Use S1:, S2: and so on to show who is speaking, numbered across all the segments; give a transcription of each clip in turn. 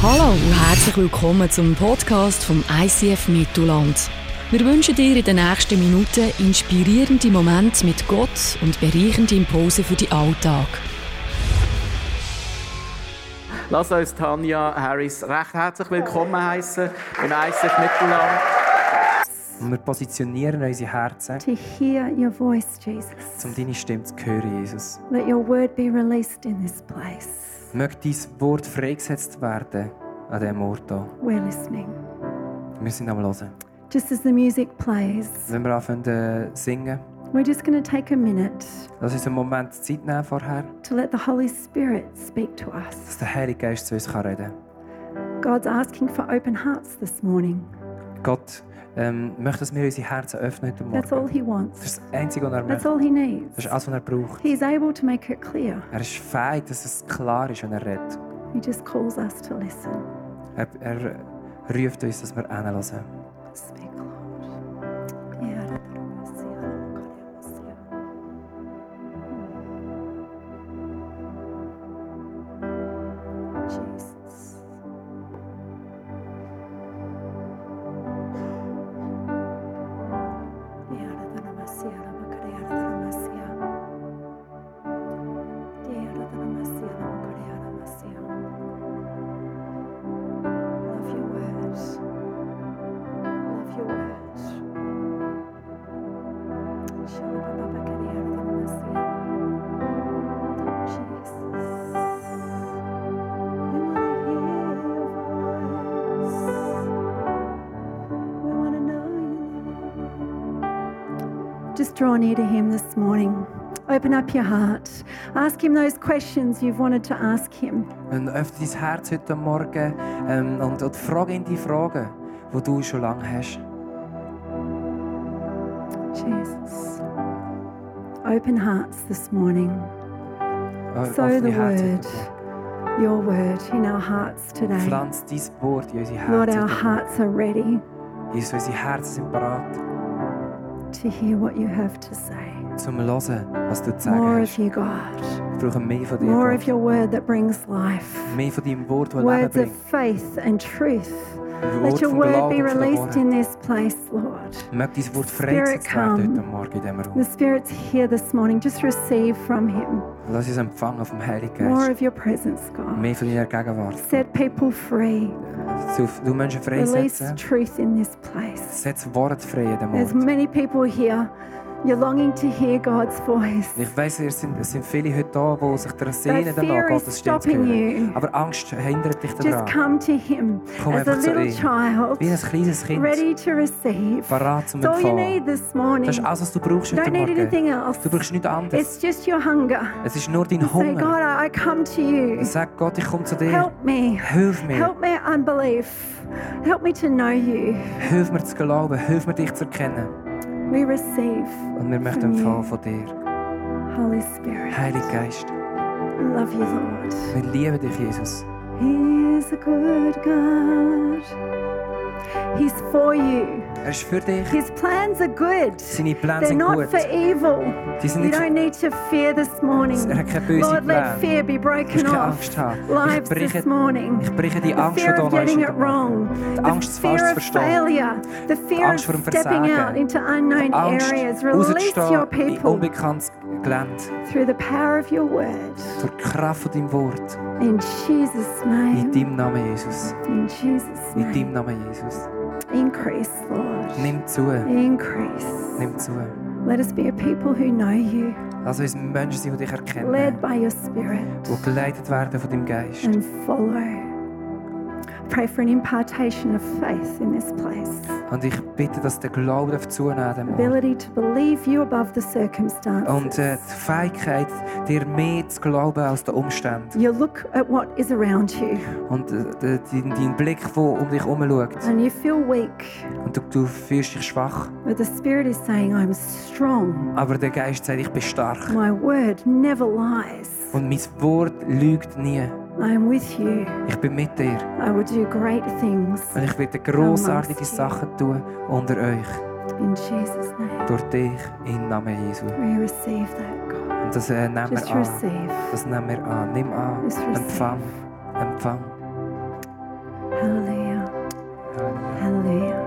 S1: Hallo und herzlich willkommen zum Podcast vom ICF Mittelland. Wir wünschen dir in den nächsten Minuten inspirierende Momente mit Gott und bereichende Impulse für den Alltag.
S2: Lass uns Tanja Harris recht herzlich willkommen heißen im ICF Mittelland.
S3: Und wir positionieren unsere Herzen,
S4: to hear your voice, Jesus.
S3: um deine Stimme zu hören, Jesus.
S4: Let your word be released in this place.
S3: Möge dein Wort freigesetzt werden an diesem Ort hier.
S4: We're listening.
S3: Wir sind am Hören.
S4: Just as the music plays,
S3: Wenn wir anfangen äh, singen,
S4: we're just going to take a minute
S3: lass uns einen Moment Zeit nehmen vorher,
S4: to let the Holy Spirit speak to us.
S3: dass der Heilige Geist zu uns kann reden
S4: God's asking for open hearts this morning.
S3: kann. Gott ähm, möchte, dass wir unsere Herzen öffnen heute
S4: That's all
S3: Morgen.
S4: He
S3: Das
S4: wants,
S3: ist das Einzige, was er
S4: that's
S3: möchte.
S4: all He
S3: Das
S4: needs.
S3: ist alles, was er braucht.
S4: He's able to make it clear.
S3: Er ist fähig, dass es klar ist, wenn er redet.
S4: He just calls us to listen.
S3: Er, er ruft uns, dass wir hinhören.
S4: Speak, Lord. Yeah. Jesus. Love your words. Love your words. Jesus, we wanna hear your voice. We wanna know you, Lord. Just draw near to Him this morning. Open up your heart. Ask Him those questions you've wanted to ask Him.
S3: Und öffne dein Herz heute Morgen ähm, und, und frage ihn die Fragen, die du schon lange hast. Äh,
S4: Jesus, open hearts this morning. Sow the
S3: offene Herzen
S4: word, your word, in our hearts today.
S3: Pflanz dein Wort in unsere
S4: Lord,
S3: Herzen.
S4: our hearts are ready
S3: Jesus, unsere Herzen sind bereit,
S4: to hear what you have to say.
S3: zum zu hören, was du zu
S4: More
S3: sagen
S4: of
S3: hast.
S4: you, God.
S3: Wir brauchen mehr von dir.
S4: More
S3: Gott.
S4: of your word that brings life.
S3: Mehr von deinem Wort, das Leben
S4: Words of
S3: bringt.
S4: faith and truth.
S3: Wort
S4: Let your
S3: vom
S4: word be
S3: Glauben und
S4: released
S3: von
S4: in this place, Lord.
S3: Möge dein Wort
S4: Spirit
S3: freigesetzt werden heute
S4: come. Dus-
S3: Morgen in diesem
S4: The
S3: Raum.
S4: Spirit's here this morning. Just receive from Him
S3: Lass uns empfangen vom Heiligen
S4: more
S3: Geist.
S4: of your presence, God.
S3: Mehr von deiner Gegenwart.
S4: Set people free.
S3: Du, du Menschen
S4: Release
S3: freisetzen.
S4: truth in this place.
S3: Setz Wort frei in diesem
S4: There's
S3: Ort.
S4: many people here. You're longing to hear God's voice.
S3: Ich weiss, es sind, es sind viele heute da, die sich daran sehnen,
S4: fear
S3: danach
S4: is
S3: Gottes Stimme zu
S4: stopping
S3: hören.
S4: you.
S3: Aber Angst hindert dich
S4: Just
S3: daran.
S4: come to Him
S3: Komm
S4: as a
S3: einfach zu
S4: little
S3: ihm.
S4: child,
S3: Wie ein kleines Kind.
S4: ready to receive.
S3: Parat zum
S4: That's all you
S3: Empfangen.
S4: need this morning.
S3: Das ist alles, was du brauchst heute
S4: Don't need anything
S3: Morgen.
S4: else.
S3: Du brauchst nichts anderes.
S4: It's just your hunger.
S3: Es ist nur dein
S4: Say, God,
S3: Hunger.
S4: I I come to you.
S3: Sag Gott, ich komme zu dir.
S4: Help me.
S3: Hilf mir.
S4: Help me unbelief. Help me to know you.
S3: Hilf mir zu glauben. Hilf mir dich zu erkennen.
S4: We receive
S3: Und wir möchten
S4: from
S3: empfangen
S4: you,
S3: von dir.
S4: Holy Spirit.
S3: Heiliger Geist,
S4: We love you, Lord.
S3: wir lieben dich, Jesus.
S4: He is a good God. He's for you.
S3: Er ist für dich.
S4: His plans are good.
S3: Seine Pläne
S4: They're
S3: sind
S4: not
S3: gut.
S4: for evil.
S3: Die sind
S4: You
S3: nicht
S4: don't need to fear this morning.
S3: Er hat keine böse
S4: Lord, let
S3: Pläne.
S4: fear be
S3: Du
S4: broken
S3: musst keine
S4: off
S3: Angst haben.
S4: lives
S3: Ich breche-
S4: this morning.
S3: Ich breche die
S4: The
S3: Angst, die
S4: fear
S3: da
S4: of
S3: ist.
S4: getting it
S3: heute
S4: wrong.
S3: Morgen. Die
S4: The
S3: Angst, es falsch
S4: fear of
S3: zu verstehen.
S4: failure. The fear of
S3: Angst vor dem
S4: stepping out
S3: Versagen.
S4: into unknown
S3: Angst,
S4: areas. Release your
S3: rauszustehen in
S4: people
S3: unbekanntes Gelände.
S4: through the power of your word.
S3: Durch die Kraft von deinem Wort.
S4: In Jesus'
S3: In
S4: name.
S3: deinem Namen, Jesus.
S4: In Jesus'
S3: In deinem
S4: name.
S3: Namen, Jesus.
S4: Increase, Lord.
S3: Nimm zu.
S4: Increase.
S3: Nimm zu.
S4: Let us be a people who know you,
S3: Lass uns Menschen sein, die dich erkennen.
S4: led by your spirit.
S3: die geleitet werden von deinem Geist.
S4: and follow. I Pray for an impartation of faith in this place,
S3: Und ich bitte, dass der Glaube darf zunehmen an diesem Ort.
S4: ability to believe you above the circumstances.
S3: Und äh, die Fähigkeit, dir mehr zu glauben als den Umständen.
S4: You look at what is around you
S3: Und äh, äh, dein, dein Blick, der um dich herum schaut.
S4: and you feel weak,
S3: Und du, du fühlst dich schwach.
S4: but the Spirit is saying, I'm strong.
S3: Aber der Geist sagt, ich bin stark.
S4: My word never lies.
S3: Und mein Wort lügt nie.
S4: I am with you.
S3: Ich bin mit dir.
S4: I will do great things
S3: Und ich werde grossartige Sachen tun unter euch.
S4: in Jesus' name.
S3: Durch dich, im Namen Jesu.
S4: We receive that, God.
S3: Und das äh, nehmen
S4: Just
S3: wir an.
S4: receive.
S3: Das nehmen wir an. Nimm an.
S4: Just receive.
S3: Empfang. Empfang.
S4: Hallelujah. Hallelujah.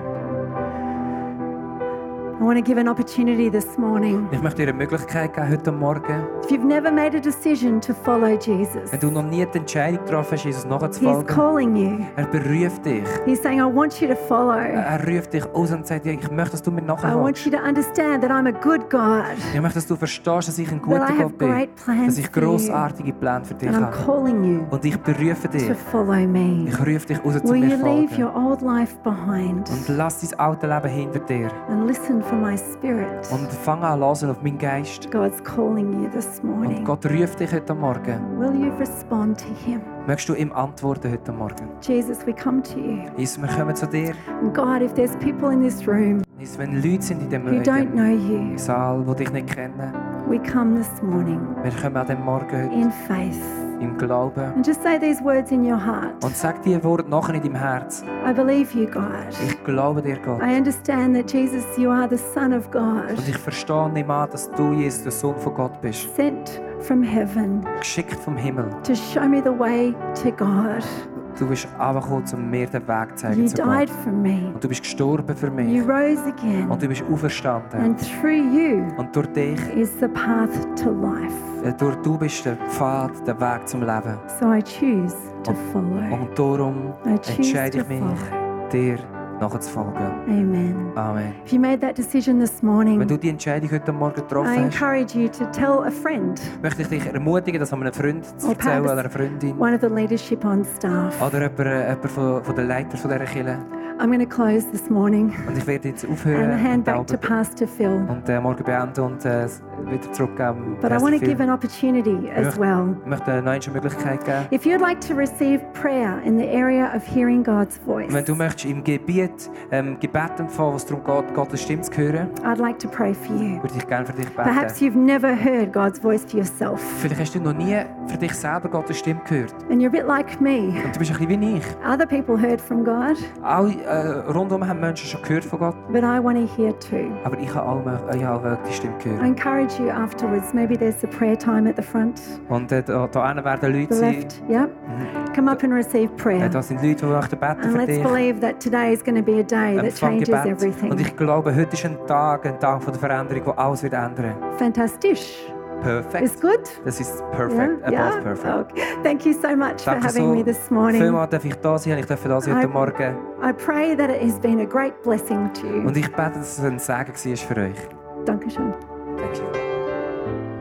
S4: I want to give an opportunity this morning.
S3: Ich möchte dir eine Möglichkeit geben heute Morgen.
S4: If you've never made a decision to follow Jesus,
S3: Wenn du noch nie die Entscheidung getroffen hast, Jesus
S4: He's
S3: nachzufolgen,
S4: calling you.
S3: er beruft dich.
S4: He's saying, I want you to follow.
S3: Er ruft dich aus und sagt dir, ich möchte, dass du mir
S4: I want
S3: nachfolgst.
S4: you to understand that I'm a good God
S3: Ich möchte, dass du verstehst, dass ich ein
S4: That
S3: guter
S4: I have
S3: Gott bin.
S4: great plans
S3: Dass ich
S4: for you.
S3: grossartige Pläne für dich
S4: and I'm
S3: habe.
S4: calling you
S3: Und ich berufe dich.
S4: to follow me.
S3: Ich rufe dich raus zu
S4: Will
S3: mir
S4: you leave
S3: folgen.
S4: your old life behind
S3: Und lass dein alte Leben hinter dir.
S4: and listen for my spirit?
S3: Und fang an hören auf meinen Geist.
S4: God's calling you this
S3: Und
S4: morning.
S3: Gott ruft dich heute Morgen.
S4: Will you respond to Him?
S3: Möchtest du ihm antworten heute Morgen?
S4: Jesus, we come to you.
S3: Jesus, wir kommen zu dir.
S4: And God, if there's people in this room
S3: Jesus, wenn Leute sind in diesem
S4: who don't
S3: in
S4: know
S3: diesem
S4: you,
S3: Saal, die dich nicht kennen,
S4: we come this morning
S3: wir kommen an diesem Morgen heute
S4: in faith.
S3: im Glauben.
S4: And just say these words in your heart
S3: Und sag die Worte nachher in deinem Herz.
S4: I believe you, God.
S3: Ich glaube dir, Gott.
S4: I understand that Jesus, you are the Son of God,
S3: Und ich verstehe nicht mal, dass du, Jesus, der Sohn von Gott bist.
S4: sent from heaven
S3: Geschickt vom Himmel.
S4: to show me the way to God.
S3: Du bist angekommen, um mir den Weg zu zeigen.
S4: You
S3: zu Gott.
S4: died for me.
S3: Und du bist gestorben für
S4: You
S3: mich.
S4: rose again.
S3: Und du bist auferstanden.
S4: And through you
S3: Und durch dich,
S4: is the path to life.
S3: äh, durch du bist der Pfad, der Weg zum Leben.
S4: So I choose to follow.
S3: Und darum
S4: I choose
S3: entscheide ich
S4: to
S3: mich, dir nachzufolgen.
S4: Amen.
S3: Amen.
S4: If you made that decision this
S3: Wenn
S4: morning,
S3: du die Entscheidung heute Morgen
S4: I
S3: getroffen hast,
S4: encourage you to tell a friend,
S3: möchte ich dich ermutigen, das einem Freund zu
S4: Or perhaps
S3: erzählen oder einer Freundin.
S4: one of the leadership on staff.
S3: Oder jemand, äh, jemand von, von den Leitern von dieser Kirche.
S4: I'm going to close this morning
S3: Und ich werde jetzt
S4: and
S3: aufhören
S4: hand
S3: und,
S4: back to
S3: Albert-
S4: Pastor Phil.
S3: und äh, morgen beenden und äh, wieder zurückgeben.
S4: But I want to give an opportunity as
S3: Yeah.
S4: well.
S3: Ich möchte eine neue Möglichkeit geben.
S4: If you'd like to receive prayer in the area of hearing God's voice,
S3: Wenn du möchtest im Gebiet ähm, Gebet empfangen, was darum geht, Gottes Stimme zu hören,
S4: I'd like to pray for you.
S3: würde ich gerne für dich beten.
S4: Perhaps you've never heard God's voice for yourself,
S3: Vielleicht hast du noch nie für dich selber Gottes Stimme gehört. Und
S4: and you're a bit like me.
S3: du bist ein bisschen wie ich.
S4: Other people heard from God,
S3: Alle äh, rundum haben Menschen schon gehört von Gott,
S4: but I want to hear too.
S3: aber ich habe auch, mal- ich habe auch eh, die Stimme
S4: I
S3: gehört.
S4: encourage you afterwards. Maybe there's a prayer time at the front,
S3: Und äh, da, da hinten werden Leute
S4: the
S3: sein.
S4: left. Yep. Come up and receive
S3: Äh,
S4: prayer.
S3: da sind Leute, die möchten beten
S4: And
S3: für
S4: let's
S3: dich.
S4: believe that today is going to be a day that
S3: Empfang
S4: changes
S3: Gebet. Und
S4: everything.
S3: ich glaube, heute ist ein Tag, ein Tag von der Veränderung, wo alles wird ändern.
S4: Fantastisch. Is
S3: Perfekt.
S4: good?
S3: Das ist perfekt, above perfect.
S4: Okay. Thank you so much for
S3: Danke
S4: having
S3: so.
S4: me this morning.
S3: Vielmal darf ich da sein, ich darf da sein heute
S4: I-
S3: Morgen.
S4: I pray that it has been a great blessing to you.
S3: Und ich bete, dass es ein Segen war für euch.
S4: Dankeschön.
S3: Thank you.